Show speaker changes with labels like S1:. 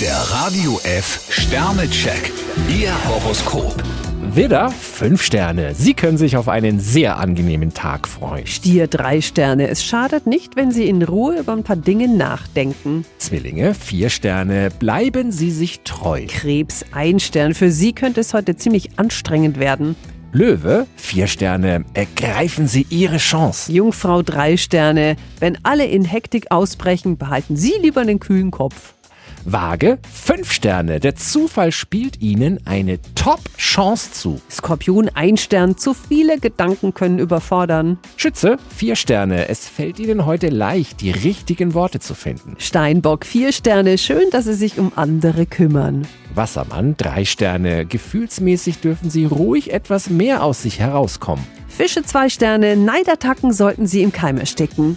S1: Der Radio F Sternecheck. Ihr Horoskop.
S2: Widder, fünf Sterne. Sie können sich auf einen sehr angenehmen Tag freuen.
S3: Stier drei Sterne. Es schadet nicht, wenn Sie in Ruhe über ein paar Dinge nachdenken.
S2: Zwillinge, vier Sterne. Bleiben Sie sich treu.
S3: Krebs ein Stern. Für Sie könnte es heute ziemlich anstrengend werden.
S2: Löwe, vier Sterne. Ergreifen Sie Ihre Chance.
S3: Jungfrau drei Sterne. Wenn alle in Hektik ausbrechen, behalten Sie lieber den kühlen Kopf.
S2: Waage, fünf Sterne. Der Zufall spielt Ihnen eine Top-Chance zu.
S3: Skorpion ein Stern. Zu viele Gedanken können überfordern.
S2: Schütze, vier Sterne. Es fällt Ihnen heute leicht, die richtigen Worte zu finden.
S3: Steinbock vier Sterne. Schön, dass Sie sich um andere kümmern.
S2: Wassermann, drei Sterne. Gefühlsmäßig dürfen Sie ruhig etwas mehr aus sich herauskommen.
S3: Fische zwei Sterne. Neidattacken sollten Sie im Keim ersticken.